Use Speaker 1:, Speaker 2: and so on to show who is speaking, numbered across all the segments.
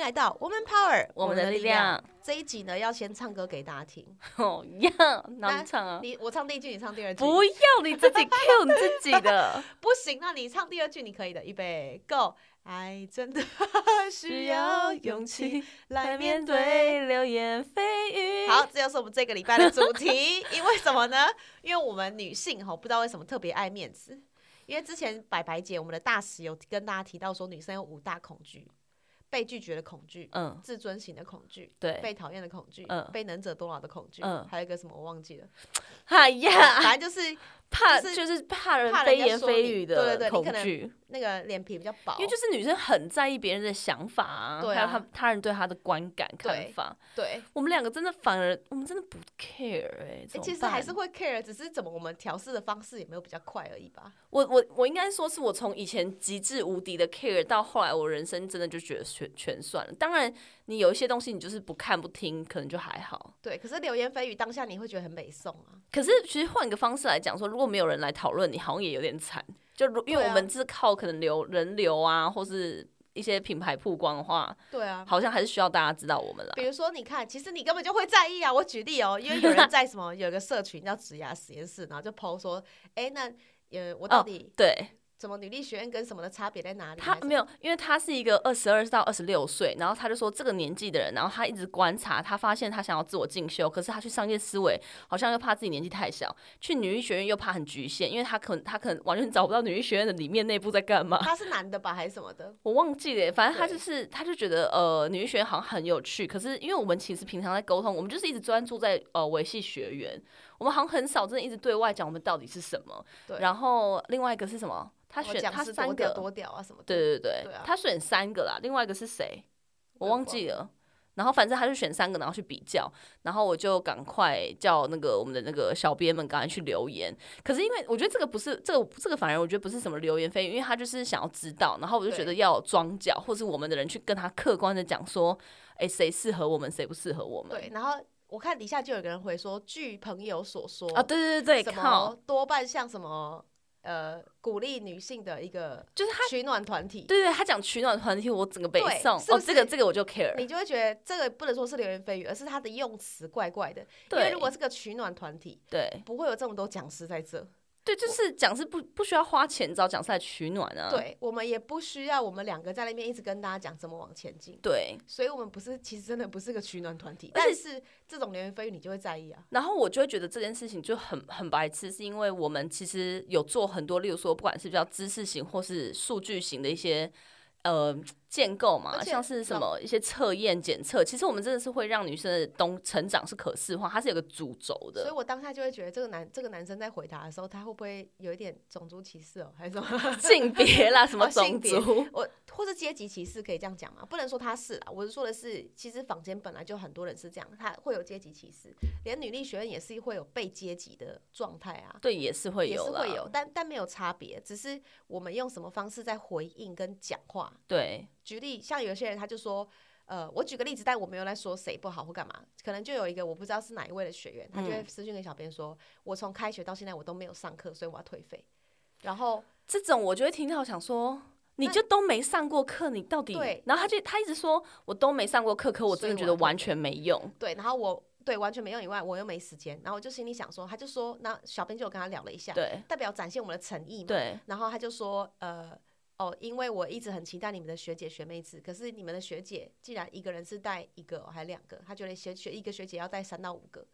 Speaker 1: 来到《Woman Power》，
Speaker 2: 我们的力量。
Speaker 1: 这一集呢，要先唱歌给大家听。
Speaker 2: 哦呀，哪能唱啊？
Speaker 1: 你我唱第一句，你唱第二句。
Speaker 2: 不要你自己 Q 你自己的，
Speaker 1: 不行，那你唱第二句，你可以的。预备，Go！爱真的需要勇气来面对。
Speaker 2: 流言蜚语
Speaker 1: 好，，这就是我们这个礼拜的主题。 因为什么呢？因为我们女性哈，不知道为什么特别爱面子。因为之前白白姐，我们的大使有跟大家提到说，女生有五大恐惧：被拒绝的恐惧、
Speaker 2: 嗯，
Speaker 1: 自尊型的恐惧、
Speaker 2: 对，
Speaker 1: 被讨厌的恐惧、
Speaker 2: 嗯
Speaker 1: 被能者多劳的恐惧，
Speaker 2: 嗯
Speaker 1: 还有一个什么我忘 记了，
Speaker 2: 哎呀，
Speaker 1: 反正就是
Speaker 2: 怕
Speaker 1: 就是
Speaker 2: 就是怕人
Speaker 1: 怕
Speaker 2: 蜚
Speaker 1: 人家
Speaker 2: 言
Speaker 1: 说
Speaker 2: 蜚
Speaker 1: 你
Speaker 2: 语
Speaker 1: 对对对
Speaker 2: 的
Speaker 1: 你
Speaker 2: 恐
Speaker 1: 可能
Speaker 2: 惧，
Speaker 1: 那个脸皮比较薄，
Speaker 2: 因为就是女生很在意别人的想法啊，
Speaker 1: 对
Speaker 2: 还有
Speaker 1: 啊
Speaker 2: 他他人对她的观感看
Speaker 1: 对
Speaker 2: 法。
Speaker 1: 对，
Speaker 2: 我们两个真的反而我们真的不 care 哎、
Speaker 1: 诶
Speaker 2: 怎么
Speaker 1: 其实还
Speaker 2: 办
Speaker 1: 是会 care，只是怎么我们调试的方式有没有比较快而已吧。
Speaker 2: 我我我应该说是我从以前极致无敌的 care 到后来，我人生真的就觉得全全算了。当然，你有一些东西你就是不看不听，可能就还好。
Speaker 1: 对，可是流言蜚语当下你会觉得很美颂啊，
Speaker 2: 可是其实换个方式来讲说，如果没有人来讨论，你好像也有点惨。就如因为
Speaker 1: 对啊
Speaker 2: 我们是靠可能流人流啊，或是一些品牌曝光的话，
Speaker 1: 对啊。
Speaker 2: 好像还是需要大家知道我们啦。
Speaker 1: 比如说，你看，其实你根本就会在意啊。我举例哦，因为有人在什么有一个社群叫“植牙实验室”，然后就 PO 说，哎、那呃，
Speaker 2: 哦
Speaker 1: 我到底
Speaker 2: 对
Speaker 1: 怎么女力学院跟什么的差别在哪里？还
Speaker 2: 他
Speaker 1: 是什么
Speaker 2: 没有，因为他是一个二十二到二十六岁，然后他就说这个年纪的人，然后他一直观察，他发现他想要自我进修，可是他去商业思维好像又怕自己年纪太小，去女医学院又怕很局限，因为他可能他可能完全找不到女医学院的里面内部在干嘛，
Speaker 1: 他是男的吧，还是什么的？
Speaker 2: 我忘记了，反正他就
Speaker 1: 对
Speaker 2: 是他就觉得呃女医学院好像很有趣，可是因为我们其实平常在沟通，我们就是一直专注在呃维系学员，我们好像很少真的一直对外讲我们到底是什么。
Speaker 1: 对
Speaker 2: 然后另外一个是什么？他
Speaker 1: 我
Speaker 2: 选
Speaker 1: 讲
Speaker 2: 他
Speaker 1: 是
Speaker 2: 三
Speaker 1: 多
Speaker 2: 个
Speaker 1: 屌多屌啊什么的。
Speaker 2: 对对对，
Speaker 1: 对啊
Speaker 2: 他选三个啦，另外一个是谁？
Speaker 1: 我
Speaker 2: 我
Speaker 1: 也
Speaker 2: 忘记了。然后反正他就选三个，然后去比较，然后我就赶快叫那个我们的那个小编们赶快去留言。可是因为我觉得这个不是这个这个，反而我觉得不是什么流言蜚语，因为他就是想要知道，然后我就觉得
Speaker 1: 对
Speaker 2: 要有装脚，或是我们的人去跟他客观的讲说，哎，谁适合我们，谁不适合我们。
Speaker 1: 对，然后我看底下就有个人回说，据朋友所说
Speaker 2: 啊，对对对对，
Speaker 1: 什
Speaker 2: 靠
Speaker 1: 么，多半像什么呃鼓励女性的一个
Speaker 2: 就是他，
Speaker 1: 取暖团体，
Speaker 2: 对对，他讲取暖团体，我整个北
Speaker 1: 对
Speaker 2: 宋
Speaker 1: 是不
Speaker 2: 哦，这个
Speaker 1: 是
Speaker 2: 这个我就 care，
Speaker 1: 你就会觉得这个不能说是流言蜚语，而是它的用词怪怪的。因为
Speaker 2: 对
Speaker 1: 如果是个取暖团体，
Speaker 2: 对，
Speaker 1: 不会有这么多讲师在这。
Speaker 2: 对，就是讲师不不需要花钱找讲师来取暖啊。
Speaker 1: 对我们也不需要我们两个在那边一直跟大家讲怎么往前进。
Speaker 2: 对
Speaker 1: 所以我们不是，其实真的不是个取暖团体，
Speaker 2: 而且
Speaker 1: 但是这种流言蜚语你就会在意啊。
Speaker 2: 然后我就会觉得这件事情就很很白痴，是因为我们其实有做很多，例如说不管是比较知识型或是数据型的一些呃建构嘛，
Speaker 1: 而且嗯
Speaker 2: 像是什么一些测验检测，其实我们真的是会让女生的东成长是可视化，它是有个主轴
Speaker 1: 所以
Speaker 2: 的。
Speaker 1: 我当下就会觉得，这个男这个男生在回答的时候，他会不会有一点种族歧视哦，还是什么？
Speaker 2: 性别啦，什么
Speaker 1: 哦性
Speaker 2: 种
Speaker 1: 别
Speaker 2: 族？
Speaker 1: 我或是阶级歧视可以这样讲吗？不能说他是啦，我是说的是，其实坊间本来就很多人是这样，他会有阶级歧视，连女力学院也是会有被阶级的状态啊，
Speaker 2: 对，也是会
Speaker 1: 也
Speaker 2: 有
Speaker 1: 是
Speaker 2: 啦，
Speaker 1: 会有，但但没有差别，只是我们用什么方式在回应跟讲话。
Speaker 2: 对
Speaker 1: 举例，像有些人他就说。呃，我举个例子，但我没有在说谁不好或干嘛，可能就有一个我不知道是哪一位的学员，他就
Speaker 2: 嗯
Speaker 1: 会私讯给小编说，我从开学到现在我都没有上课，所以我要退费。然后
Speaker 2: 这种我就会听到想说，你
Speaker 1: 那
Speaker 2: 就都没上过课，你到底
Speaker 1: 对？
Speaker 2: 然后他就他一直说我都没上过课，可我
Speaker 1: 所
Speaker 2: 真
Speaker 1: 以
Speaker 2: 的觉
Speaker 1: 我
Speaker 2: 得
Speaker 1: 要退
Speaker 2: 完全没用。
Speaker 1: 对，然后我对完全没用以外，我又没时间，然后我就心里想说，他就说，那小编就有跟他聊了一下，
Speaker 2: 对
Speaker 1: 代表展现我们的诚意嘛。
Speaker 2: 对
Speaker 1: 然后他就说，呃，哦，因为我一直很期待你们的学姐学妹制，可是你们的学姐既然一个人是带一个、哦还两个，他觉得学学一个学姐要带三到五个，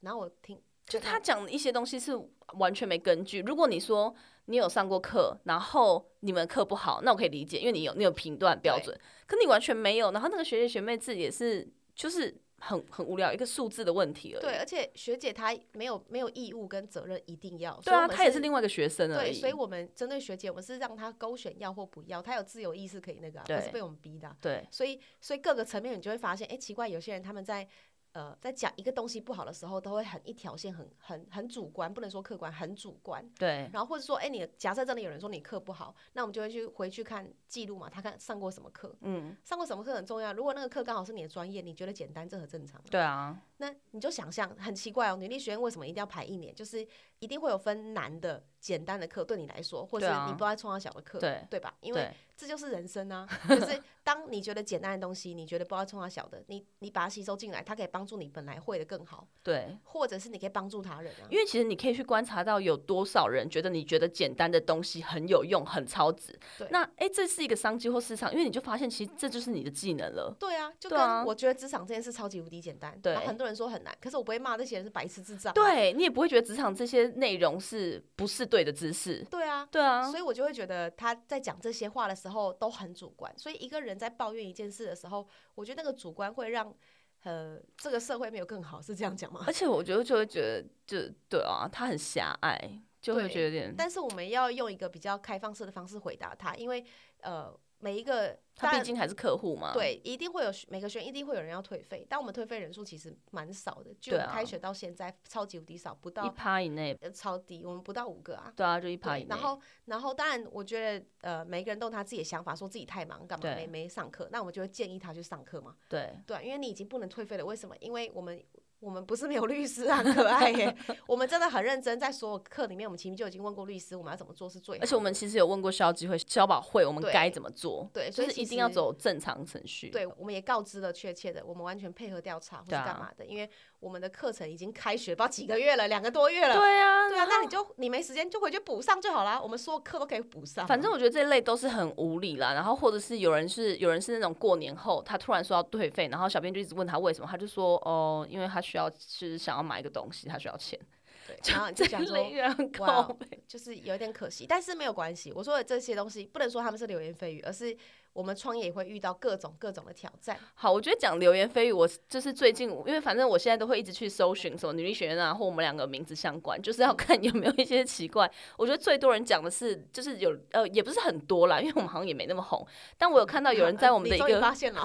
Speaker 1: 然后我听
Speaker 2: 就他讲的一些东西是完全没根据。如果你说你有上过课，然后你们课不好，那我可以理解，因为你有你有评断标准，可你完全没有。然后那个学姐学妹制也是，就是很很无聊，一个数字的问题而已。
Speaker 1: 对，而且学姐她没有没有义务跟责任一定要，所
Speaker 2: 对
Speaker 1: 以我
Speaker 2: 啊，
Speaker 1: 们
Speaker 2: 他也是另外一个学生而
Speaker 1: 对，
Speaker 2: 已
Speaker 1: 所。以我们针对学姐，我们是让她勾选要或不要，她有自由意识可以那个、啊，不
Speaker 2: 对
Speaker 1: 是被我们逼的啊、
Speaker 2: 对
Speaker 1: 所以，所以各个层面你就会发现，哎、奇怪，有些人他们在呃在讲一个东西不好的时候，都会很一条线很，很很主观，不能说客观，很主观。
Speaker 2: 对
Speaker 1: 然后或者说，哎、你的假设真的有人说你课不好，那我们就会去回去看记录嘛，他看上过什么课，
Speaker 2: 嗯，
Speaker 1: 上过什么课很重要。如果那个课刚好是你的专业，你觉得简单，这很正常啊。
Speaker 2: 对啊，
Speaker 1: 那你就想象很奇怪哦，女力学院为什么一定要排一年？就是一定会有分难的、简单的课，对你来说，或是
Speaker 2: 对啊
Speaker 1: 你不知道在冲他小的课，
Speaker 2: 对
Speaker 1: 对吧？因为
Speaker 2: 对
Speaker 1: 这就是人生啊， 就是当你觉得简单的东西，你觉得不知道冲他小的，你你把它吸收进来，它可以帮助你本来会的更好，
Speaker 2: 对，
Speaker 1: 或者是你可以帮助他人啊。
Speaker 2: 因为其实你可以去观察到有多少人觉得你觉得简单的东西很有用、很超值
Speaker 1: 对。
Speaker 2: 那哎，诶这是一个商机或市场，因为你就发现其实这就是你的技能了。
Speaker 1: 对啊，就
Speaker 2: 对
Speaker 1: 跟
Speaker 2: 啊
Speaker 1: 我觉得职场这件事超级无敌简单，
Speaker 2: 对
Speaker 1: 然后很多人说很难，可是我不会骂那些人是白痴智障啊、
Speaker 2: 对你也不会觉得职场这些内容是不是对的知识？
Speaker 1: 对啊，
Speaker 2: 对啊
Speaker 1: 所，以我就会觉得他在讲这些话的时候都很主观，所以一个人在抱怨一件事的时候，我觉得那个主观会让呃这个社会没有更好，是这样讲吗？
Speaker 2: 而且我觉得就会觉得就对啊，他很狭隘，就会
Speaker 1: 对
Speaker 2: 觉得有点
Speaker 1: 但是我们要用一个比较开放式的方式回答他，因为呃每一个
Speaker 2: 他
Speaker 1: 当
Speaker 2: 毕
Speaker 1: 然
Speaker 2: 竟还是嗯客户嘛。
Speaker 1: 对一定会有每个学院一定会有人要退费，但我们退费人数其实蛮少的，就
Speaker 2: 对啊
Speaker 1: 开学到现在超级无敌少，不
Speaker 2: 一
Speaker 1: 到
Speaker 2: 趴以内，
Speaker 1: 呃超低，我们不到五个啊。
Speaker 2: 对啊，就一趴以
Speaker 1: 对，
Speaker 2: 内。
Speaker 1: 然后，然后，当然，我觉得，呃，每个人都有他自己的想法，说自己太忙，干嘛
Speaker 2: 对
Speaker 1: 没没上课，那我们就会建议他去上课嘛。
Speaker 2: 对
Speaker 1: 对啊、因为你已经不能退费了，为什么？因为我们我们不是没有律师啊，很可爱 耶，我们真的很认真，在所有课里面，我们其实就已经问过律师，我们要怎么做是最好
Speaker 2: 而且我们其实有问过消基会、消保会，我们
Speaker 1: 对
Speaker 2: 该怎么做？
Speaker 1: 对所
Speaker 2: 就
Speaker 1: 以
Speaker 2: 是
Speaker 1: 其
Speaker 2: 一定要
Speaker 1: 实
Speaker 2: 走正常程序。
Speaker 1: 对，我们也告知了确切的，我们完全配合调查或是
Speaker 2: 对啊
Speaker 1: 干嘛的，因为我们的课程已经开学不知道几个月了，两个多月了。
Speaker 2: 对啊，
Speaker 1: 对啊，那你就你没时间就回去补上就好啦，我们所有课都可以补上啊。
Speaker 2: 反正我觉得这一类都是很无理啦。然后或者是有人是有人是那种过年后他突然说要退费，然后小编就一直问他为什么，他就说哦，因为他需要是想要买一个东西，他需要钱。
Speaker 1: 对，然后你就
Speaker 2: 这
Speaker 1: 讲
Speaker 2: 一
Speaker 1: 说，
Speaker 2: 类人很
Speaker 1: 哇哦
Speaker 2: 靠北
Speaker 1: 就是有点可惜，但是没有关系。我说的这些东西不能说他们是流言蜚语，而是我们创业也会遇到各种各种的挑战。
Speaker 2: 好，我觉得讲流言蜚语，我就是最近，因为反正我现在都会一直去搜寻什么女力学院啊，或我们两个名字相关，就是
Speaker 1: 嗯
Speaker 2: 要看有没有一些奇怪。我觉得最多人讲的是，就是有呃，也不是很多啦，因为我们好像也没那么红。但我有看到有 人在我们的一
Speaker 1: 你终于
Speaker 2: 个
Speaker 1: 发现 了，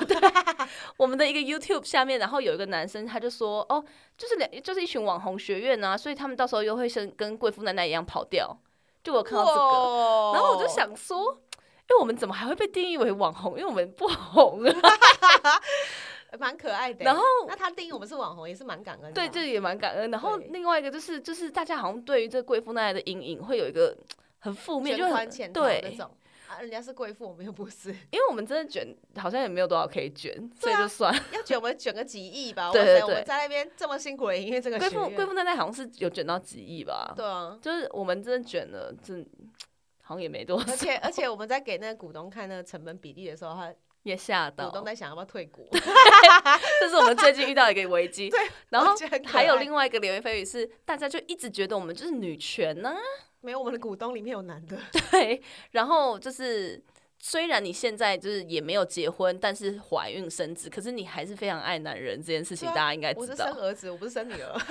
Speaker 2: 我们的一个 YouTube 下面，然后有一个男生他就说，哦，就是两就是一群网红学院啊，所以他们到时候又会像跟贵妇奶奶一样跑掉。就我有看到这个，
Speaker 1: 哇
Speaker 2: 然后我就，想说。因为我们怎么还会被定义为网红？因为我们不红啊。
Speaker 1: 蛮可爱的。
Speaker 2: 然后
Speaker 1: 那他定义我们是网红，也是蛮感恩的啊。
Speaker 2: 对，这个也蛮感恩。然后
Speaker 1: 对
Speaker 2: 另外一个就是，就是大家好像对于这贵妇奈的阴影会有一个很负面，就
Speaker 1: 捐款
Speaker 2: 很
Speaker 1: 潜逃那
Speaker 2: 对，
Speaker 1: 种。啊，人家是贵妇，我们又不是，
Speaker 2: 因为我们真的卷好像也没有多少可以卷，所
Speaker 1: 对
Speaker 2: 以
Speaker 1: 啊
Speaker 2: 就算了。
Speaker 1: 要卷我们卷个几亿 吧？
Speaker 2: 对
Speaker 1: 哇塞
Speaker 2: 对
Speaker 1: 我们
Speaker 2: 对
Speaker 1: 在那边这么辛苦的营运这个
Speaker 2: 贵
Speaker 1: 学
Speaker 2: 妇
Speaker 1: 院
Speaker 2: 贵妇奈奈好像是有卷到几亿吧，
Speaker 1: 对啊，
Speaker 2: 就是我们真的卷了，真好像也没多
Speaker 1: 而
Speaker 2: 少，
Speaker 1: 且而且我们在给那个股东看那个成本比例的时候， 他
Speaker 2: 也吓
Speaker 1: 股
Speaker 2: 到
Speaker 1: 东。在想要不要退股，
Speaker 2: 这是我们最近遇到一个危 机。对，然后
Speaker 1: 我觉得很可
Speaker 2: 还有
Speaker 1: 爱
Speaker 2: 另外一个流言蜚语是，大家就一直觉得我们就是女权 呢、
Speaker 1: 没有我们的股东里面有男的，
Speaker 2: 对，然后就是虽然你现在就是也没有结婚，但是怀孕生子，可是你还是非常爱男人这件事情，
Speaker 1: 对啊
Speaker 2: 大家应该
Speaker 1: 我
Speaker 2: 知
Speaker 1: 是生
Speaker 2: 道。
Speaker 1: 儿子，我不是生女儿。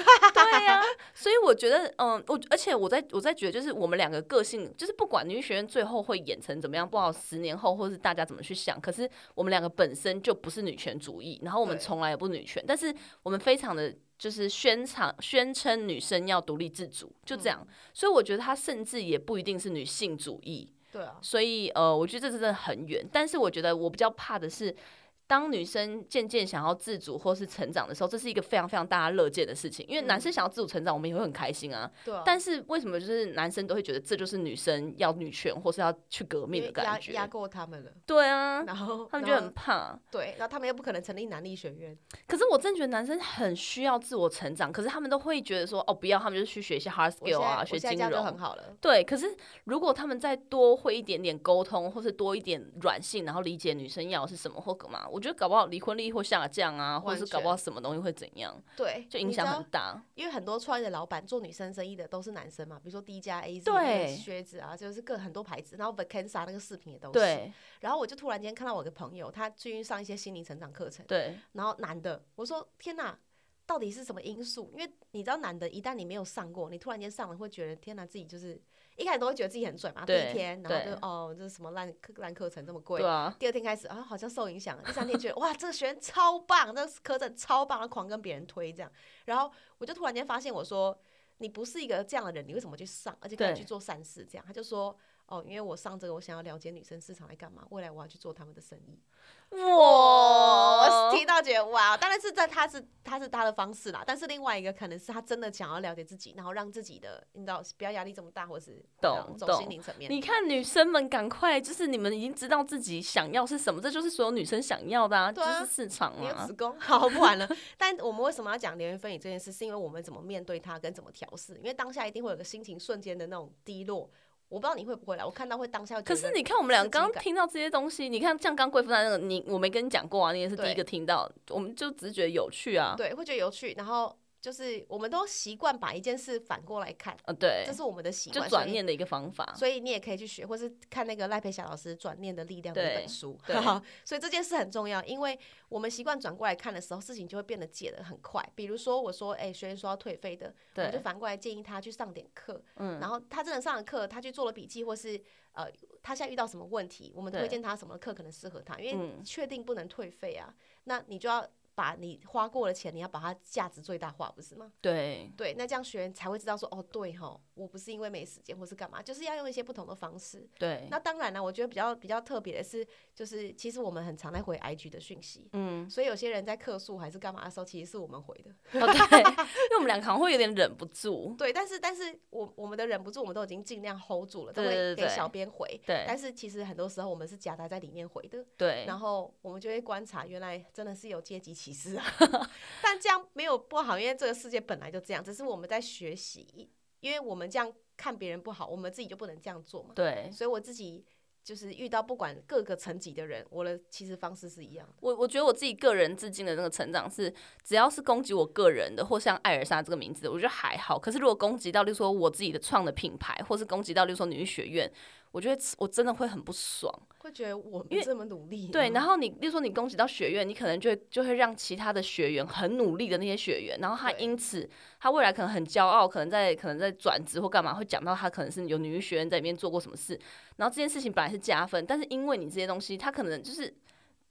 Speaker 2: 对呀、所以我觉得，嗯，我而且我在我在觉得，就是我们两个个性，就是不管女学院最后会演成怎么样，不好十年后或是大家怎么去想，可是我们两个本身就不是女权主义，然后我们
Speaker 1: 对
Speaker 2: 从来也不女权，但是我们非常的。就是宣传宣称女生要独立自主，就这样。所以我觉得她甚至也不一定是女性主义，
Speaker 1: 对啊，
Speaker 2: 所以呃，我觉得这真的很远。但是我觉得我比较怕的是，当女生渐渐想要自主或是成长的时候，这是一个非常非常大家乐见的事情。因为
Speaker 1: 嗯
Speaker 2: 男生想要自主成长，我们也会很开心啊。
Speaker 1: 对啊。
Speaker 2: 但是为什么就是男生都会觉得这就是女生要女权或是要去革
Speaker 1: 因
Speaker 2: 命的
Speaker 1: 为压
Speaker 2: 感
Speaker 1: 压
Speaker 2: 觉？
Speaker 1: 过他们了，
Speaker 2: 对啊，
Speaker 1: 然后
Speaker 2: 他们就
Speaker 1: 然后
Speaker 2: 很怕。
Speaker 1: 对，然后他们又不可能成立男力学院，
Speaker 2: 可是我真觉得男生很需要自我成长，可是他们都会觉得说哦，不要，他们就去学一些 hard
Speaker 1: 我现
Speaker 2: skill
Speaker 1: 在
Speaker 2: 啊，
Speaker 1: 我
Speaker 2: 学
Speaker 1: 现在
Speaker 2: 金
Speaker 1: 这样就
Speaker 2: 融
Speaker 1: 很。好了。
Speaker 2: 对，可是如果他们再多会一点点沟通，或是多一点软性，然后理解女生要的是什么或干嘛，我觉得搞不好离婚率会下降啊，或
Speaker 1: 完
Speaker 2: 者是搞不
Speaker 1: 全
Speaker 2: 好什么东西会怎样，
Speaker 1: 对，
Speaker 2: 就
Speaker 1: 你
Speaker 2: 影
Speaker 1: 知
Speaker 2: 响
Speaker 1: 道
Speaker 2: 很大。
Speaker 1: 因为很多创业的老板做女生生意的都是男生嘛，比如说 D 加 A Z
Speaker 2: 对
Speaker 1: 靴子啊，就是各很多牌子，然后 Vacanza 那个饰品也都是。。
Speaker 2: 对
Speaker 1: 然后我就突然间看到我一个朋友，他最近上一些心灵成长课程，
Speaker 2: 对
Speaker 1: 然后男的，我说天哪，到底是什么因素？因为你知道，男的一旦你没有上过，你突然间上了，会觉得天哪，自己就是一开始都会觉得自己很拽嘛，第一
Speaker 2: 对
Speaker 1: 天，然后就
Speaker 2: 对
Speaker 1: 哦，这是什么烂课烂课程这么贵
Speaker 2: 对。啊，
Speaker 1: 第二天开始啊，好像受影响了。第三天觉得哇，这个学员超棒，这个课程超棒，然后狂跟别人推这样。然后我就突然间发现，我说你不是一个这样的人，你为什么去上，而且敢
Speaker 2: 对
Speaker 1: 去做善事？这样他就说哦，因为我上这个，我想要了解女生市场在干嘛，未来我要去做他们的生意。
Speaker 2: 哇
Speaker 1: 我听到到觉得哇，当然是在他是他是他的方式啦，但是另外一个可能是他真的想要了解自己，然后让自己的你知道不要压力这么大，或是
Speaker 2: 懂
Speaker 1: 这样走
Speaker 2: 懂
Speaker 1: 心灵层面。
Speaker 2: 你看女生们，赶快就是你们已经知道自己想要是什么，这就是所有女生想要的啊，
Speaker 1: 对啊
Speaker 2: 就是市场
Speaker 1: 你有
Speaker 2: 嘛
Speaker 1: 子。宫，好不玩了。 但我们为什么要讲流言蜚语这件事？是因为我们怎么面对它，跟怎么调试。因为当下一定会有个心情瞬间的那种低落，我不知道你会不会来。我看到会当下会觉
Speaker 2: 可
Speaker 1: 得。
Speaker 2: 是你看，我们俩
Speaker 1: 刺激
Speaker 2: 刚
Speaker 1: 感
Speaker 2: 听到这些东西，你看像刚贵妇那个，你我没跟你讲过啊，你也是第一
Speaker 1: 对
Speaker 2: 个听到，我们就只是觉得有趣啊。
Speaker 1: 对会觉得有趣，然后就是我们都习惯把一件事反过来看，
Speaker 2: 啊，对
Speaker 1: 这，是我们的习
Speaker 2: 就
Speaker 1: 惯。所
Speaker 2: 转
Speaker 1: 以
Speaker 2: 念的一个方法。
Speaker 1: 所以你也可以去学，或是看那个赖佩霞老师《转念的力量》那
Speaker 2: 对
Speaker 1: 本书。
Speaker 2: 对
Speaker 1: 所以这件事很重要，因为我们习惯转过来看的时候，事情就会变得解得很快。比如说，我说，哎、学员说要退费的，我就
Speaker 2: 对，
Speaker 1: 反过来建议他去上点课，
Speaker 2: 嗯，
Speaker 1: 然后他真的上了课，他去做了笔记，或是呃，他现在遇到什么问题，我们
Speaker 2: 对
Speaker 1: 推荐他什么课可能适合他，因为
Speaker 2: 嗯
Speaker 1: 确定不能退费啊，那你就要把你花过的钱，你要把它价值最大化，不是吗？
Speaker 2: 对，
Speaker 1: 对，那这样学员才会知道说，哦，对吼，我不是因为没时间或是干嘛，就是要用一些不同的方式。
Speaker 2: 对，
Speaker 1: 那当然了，我觉得比较比较特别的是，就是其实我们很常在回 IG 的讯息。
Speaker 2: 嗯，
Speaker 1: 所以有些人在客诉还是干嘛的时候，其实是我们回的。
Speaker 2: 哦对，因为我们俩好像会有点忍不住。
Speaker 1: 对，但是但是我我们的忍不住，我们都已经尽量 hold 住了，都
Speaker 2: 对
Speaker 1: 会
Speaker 2: 对对
Speaker 1: 给小编回。
Speaker 2: 对
Speaker 1: 但是其实很多时候我们是夹杂在里面回的，
Speaker 2: 对，
Speaker 1: 哎然后我们就会观察，原来真的是有阶级歧视啊。 但这样没有不好，因为这个世界本来就这样，只是我们在学习，因为我们这样看别人不好，我们自己就不能这样做嘛。
Speaker 2: 对
Speaker 1: 所以我自己就是遇到不管各个层级的人，我的其实方式是一样的。
Speaker 2: 我我觉得我自己个人至今的那个成长是，只要是攻击我个人的，或像艾尔莎这个名字，我觉得还好。可是如果攻击到，例如说我自己的创的品牌，或是攻击到，例如说女医学院，我觉得我真的会很不爽。
Speaker 1: 会觉得我们
Speaker 2: 因为
Speaker 1: 这么努力，嗯
Speaker 2: 对，然
Speaker 1: 后
Speaker 2: 后你，例如说你攻击到学院，你可能就会就会让其他的学员很努力的那些学员，然后他
Speaker 1: 对
Speaker 2: 因此他未来可能很骄傲，可能在可能在转职或干嘛，会讲到他可能是有女学院在里面做过什么事，然后这件事情本来是加分，但是因为你这些东西，他可能就是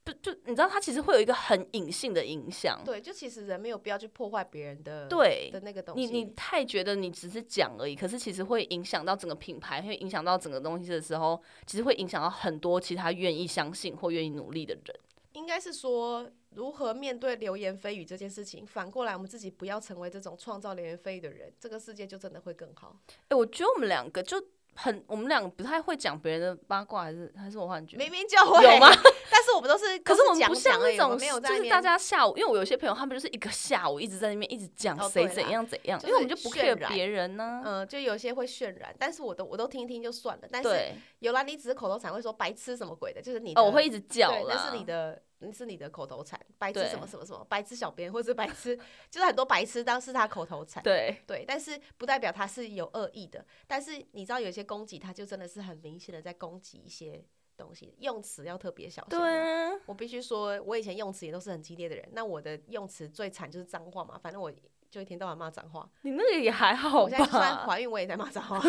Speaker 2: 不就你知道，他其实会有一个很隐性的影响，
Speaker 1: 对，就其实人没有必要去破坏别人的
Speaker 2: 对
Speaker 1: 的那个东
Speaker 2: 你
Speaker 1: 西。
Speaker 2: 你太觉得你只是讲而已，可是其实会影响到整个品牌，会影响到整个东西的时候，其实会影响到很多其他愿意相信或愿意努力的人。
Speaker 1: 应该是说如何面对流言蜚语这件事情。反过来，我们自己不要成为这种创造流言蜚语的人，这个世界就真的会更好。
Speaker 2: 哎、我觉得我们两个就很，我们两个不太会讲别人的八卦，还是还是我幻觉。
Speaker 1: 明明就会
Speaker 2: 有吗？
Speaker 1: 但是我们都是，
Speaker 2: 可是
Speaker 1: 都
Speaker 2: 我们
Speaker 1: 讲
Speaker 2: 不像
Speaker 1: 讲而
Speaker 2: 那
Speaker 1: 已我
Speaker 2: 种，
Speaker 1: 们没有在
Speaker 2: 就
Speaker 1: 那
Speaker 2: 是
Speaker 1: 边
Speaker 2: 大家下午，因为我有些朋友他们就是一个下午一直在那边一直讲
Speaker 1: 哦
Speaker 2: 谁
Speaker 1: 对
Speaker 2: 怎
Speaker 1: 啦
Speaker 2: 样怎样，
Speaker 1: 就
Speaker 2: 因为我们就是不
Speaker 1: 渲
Speaker 2: care
Speaker 1: 染
Speaker 2: 别人呢、
Speaker 1: 嗯，就有些会渲染，但是我都我都听一听就算了。但是
Speaker 2: 对，
Speaker 1: 有啦，你只是口头禅会说白痴什么鬼的，就是你的
Speaker 2: 哦，我会一直叫
Speaker 1: 对，
Speaker 2: 啦。
Speaker 1: 那是你的，那是你的口头禅，白痴
Speaker 2: 对
Speaker 1: 什么什么什么，白痴小编或者白痴， 就是很多白痴当是他口头禅。
Speaker 2: 对
Speaker 1: 对，但是不代表他是有恶意的。但是你知道，有一些攻击，他就真的是很明显的在攻击一些东西，用词要特别小心
Speaker 2: 对
Speaker 1: 啊。
Speaker 2: 啊，
Speaker 1: 我必须说，我以前用词也都是很激烈的人。那我的用词最惨就是脏话嘛，反正我就一天到晚骂脏话。
Speaker 2: 你那个也还好
Speaker 1: 我现在就算
Speaker 2: 吧。
Speaker 1: 怀孕，我也在骂脏 话。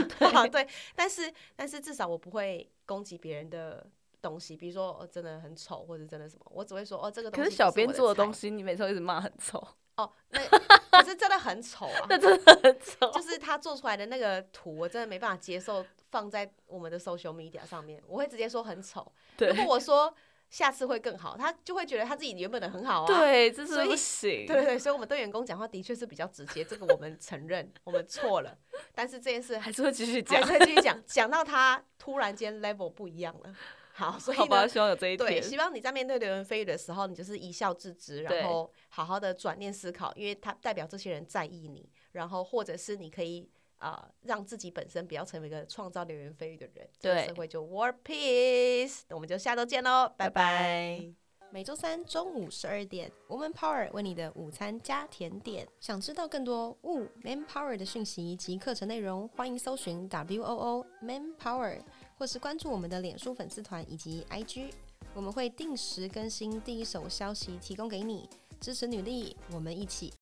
Speaker 1: 对但是但是至少我不会攻击别人的东西，比如说、哦、真的很丑或者真的什么，我只会说哦这个东
Speaker 2: 可
Speaker 1: 西。
Speaker 2: 是小编做
Speaker 1: 的
Speaker 2: 的东
Speaker 1: 西
Speaker 2: 西，你每次都一直骂很 丑，
Speaker 1: 哦，那可是真的很丑啊，
Speaker 2: 那真的很丑。
Speaker 1: 就是他做出来的那个图，我真的没办法接受放在我们的 social media 上面，我会直接说很丑。
Speaker 2: 对
Speaker 1: 如果我说下次会更好，他就会觉得他自己原本的很好啊。
Speaker 2: 对，这
Speaker 1: 所
Speaker 2: 是
Speaker 1: 以
Speaker 2: 不行。
Speaker 1: 对对对，所以我们对员工讲话的确是比较直接，这个我们承认，我们错了。但是这件事
Speaker 2: 还是会继续
Speaker 1: 还
Speaker 2: 讲。
Speaker 1: 是会继续讲，讲到他突然间 level 不一样了。好，所
Speaker 2: 好
Speaker 1: 以
Speaker 2: 吧，
Speaker 1: 呢，
Speaker 2: 希望有这一
Speaker 1: 对，
Speaker 2: 天。
Speaker 1: 希望你在面对流言蜚语的时候，你就是一笑置之，
Speaker 2: 对
Speaker 1: 然后好好的转念思考，因为它代表这些人在意你，然后或者是你可以啊、呃让自己本身不要成为一个创造流言蜚语的人，这个
Speaker 2: 对
Speaker 1: 社会就 war peace。我们就下周见喽，拜
Speaker 2: 拜
Speaker 1: 拜。
Speaker 2: 拜。
Speaker 3: 每周三中午十二点，Woman Power 为你的午餐加甜点。想知道更多 Wo Man Power 的讯息及课程内容，欢迎搜寻 W O O Man Power，或是关注我们的脸书粉丝团以及 IG，我们会定时更新第一手消息，提供给你支持女力，我们一起